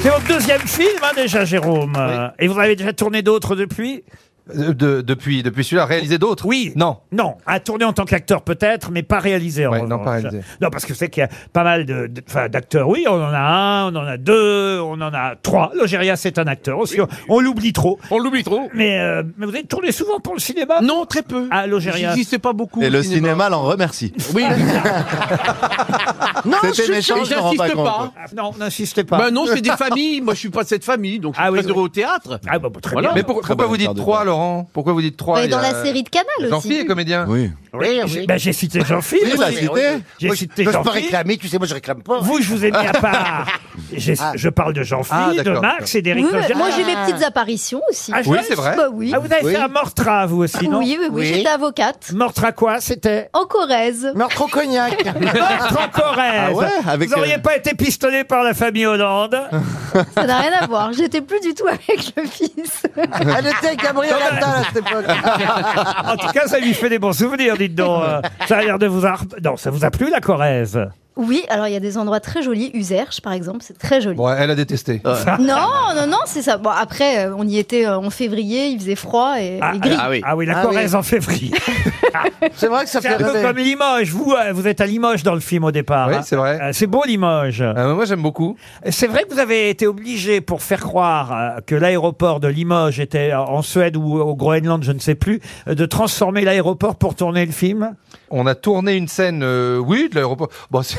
C'est votre deuxième film, hein, déjà, Jérôme. Euh, Et vous en avez déjà tourné d'autres depuis Euh, de- depuis depuis celui-là, réaliser d'autres Oui. Non. Non, à tourner en tant qu'acteur peut-être, mais pas réalisé en Ouais, non, revanche. pas réalisé. Non, parce que c'est qu'il y a pas mal de- de- enfin, d'acteurs. Oui, on en a un, on en a deux, on en a trois. Logéria, c'est un acteur aussi. On, on l'oublie trop. On l'oublie trop. Mais, euh, mais vous avez tourné souvent pour le cinéma Non, très peu. Ah, Logéria. J'existe pas beaucoup. Et au le cinéma l'en remercie. Oui. non, C'était méchant, je me rends pas j'insiste compte. pas. Ah, Non, n'insistez pas. Bah non, c'est des familles. Moi, je suis pas de cette famille, donc je suis Ah oui, très oui. heureux au théâtre. Ah, bah, bah, très Voilà. bien. Mais pour- pourquoi bonne vous dites histoire de trois, père. Laurent Pourquoi vous dites trois Mais il y a- dans la série de Canal Jean-Philippe aussi. est comédien. Oui. Oui, J'ai oui. bah, j'ai cité Jean-Philippe. Oui, bah, aussi. c'était- J'ai Moi, je cité ne peux pas Jean-Philippe. réclamer, tu sais, moi je réclame pas. Vous, je vous ai mis à part. J'ai- Ah. Je parle de Ah, Jean-Philippe, de d'accord, Max et d'Éric Oui, mais Logérias. moi j'ai mes petites apparitions aussi. Ah, Oui, chouette. c'est vrai. Bah oui. Ah, vous avez Oui. fait un Mortra, vous aussi, non oui, oui, oui, Oui. j'étais avocate. Mortra quoi, c'était En Corrèze. Meurtre au cognac. Meurtre en Corrèze. Ah ouais, avec, Vous n'auriez euh, pas été pistonné par la famille Hollande. Ça n'a rien à voir. J'étais plus du tout avec le fils. Elle était avec Gabriel Attal à cette époque. En tout cas, ça lui fait des bons souvenirs, dites donc. Euh, Ça a l'air de vous... a- Non, ça vous a plu, la Corrèze Oui, alors il y a des endroits très jolis. Userche, par exemple, c'est très joli. Bon, elle a détesté. Non, non, non, c'est ça. Bon, après, euh, on y était euh, en février, il faisait froid et, et gris. ah oui. Ah oui, la Ah Corrèze en février. C'est vrai que ça C'est un fait peu comme rêver. Limoges. Vous, euh, vous êtes à Limoges dans le film au départ. Ah. Oui, hein. c'est vrai. Euh, C'est beau, Limoges. Euh, moi, j'aime beaucoup. C'est vrai que vous avez été obligé pour faire croire euh, que l'aéroport de Limoges était euh, en Suède ou au Groenland, je ne sais plus, euh, de transformer l'aéroport pour tourner le film. On a tourné une scène, euh, oui, de l'aéroport. Bon, c'est-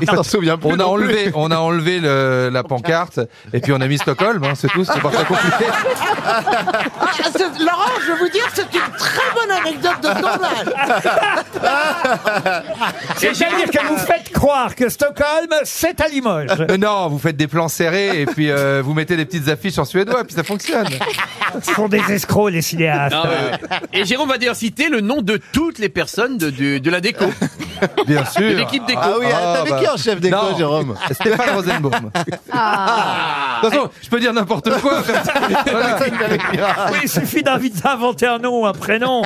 Il s'en souvient plus. on a non plus. enlevé, on a enlevé le- la pancarte et puis on a mis Stockholm. hein, c'est tout. C'est pas très compliqué. Ah, c'est- Laurent, je vais vous dire, c'est une très bonne anecdote de tournage. C'est-à-dire que vous faites croire que Stockholm, c'est à Limoges. Euh, non, vous faites des plans serrés et puis euh, vous mettez des petites affiches en suédois, puis ça fonctionne. Ce sont des escrocs, les cinéastes. Ah, ouais, ouais. Et Jérôme va d'ailleurs citer le nom de toutes les personnes de, de, de la déco, Bien de sûr. l'équipe déco. Ah oui, Ah, t'avais bah. qui en chef d'éco, Non. Jérôme Stéphane Rosenbaum. De Ah. toute façon, je peux dire n'importe quoi. Voilà. Oui, il suffit d'inviter à inventer un nom, un prénom.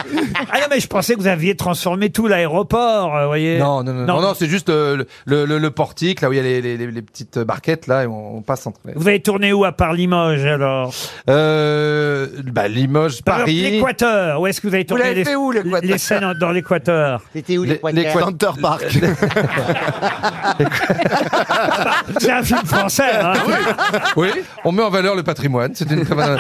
Ah non, mais je pensais que vous aviez transformé tout l'aéroport, euh, vous voyez. Non, non, non, non, non, c'est juste euh, le, le, le- le portique, là où il y a les, les- les- les petites barquettes, là, et on, on passe entre les... Vous avez tourné où à part Limoges, alors Euh, bah, Limoges, Par exemple, Paris... L'Équateur. Où est-ce que vous avez tourné l'avez les, fait où, l'Équateur les scènes en- dans l'Équateur C'était où les les, Les- poignards les- Center Park. C'est un film français, hein Oui, on met en valeur le patrimoine, c'est une très bonne-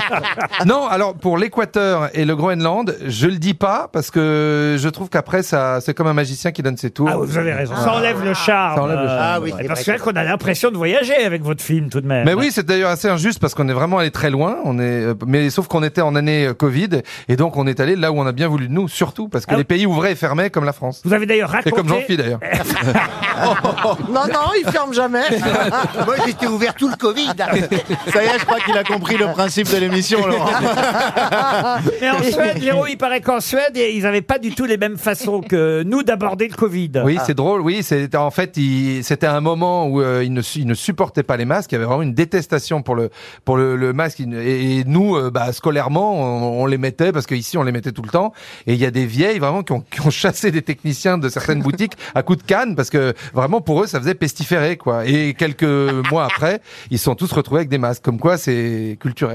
Non, alors, pour l'Équateur et le Groenland, je le dis pas, parce que je trouve qu'après, ça, c'est comme un magicien qui donne ses tours. Ah, vous avez raison. Ça enlève le charme. Ça enlève le charme. Ah oui, c'est parce que c'est vrai. vrai qu'on a l'impression de voyager avec votre film tout de même. Mais oui, c'est d'ailleurs assez injuste parce qu'on est vraiment allé très loin. On est, euh, mais sauf qu'on était en année euh, Covid et donc on est allé là où on a bien voulu de nous, surtout parce que Ah oui. les pays ouvraient et fermaient comme la France. Vous avez d'ailleurs C'est raconté. comme Jean-Philippe d'ailleurs. Non, non, il ferme jamais. Moi, j'étais ouvert tout le Covid. Ça y est, je crois qu'il a compris le principe de l'émission, Laurent. Mais en Suède, Jérôme, il paraît qu'en Suède, ils n'avaient pas du tout les mêmes façons que nous d'aborder le Covid. Oui, c'est drôle. Oui, c'était en fait, il- c'était un moment où euh, ils, ne, su- ils ne supportaient pas les masques. Il y avait vraiment une détestation pour le pour le, le masque. Ils ne- Et, et nous, euh, bah, scolairement, on, on les mettait parce qu'ici, on les mettait tout le temps. Et il y a des vieilles vraiment qui ont, qui ont chassé des techniciens de certaines boutiques à coups de canne parce que vraiment pour eux, ça faisait pestiférer quoi. Et quelques mois après, ils se sont tous retrouvés avec des masques. Comme quoi, c'est culturel.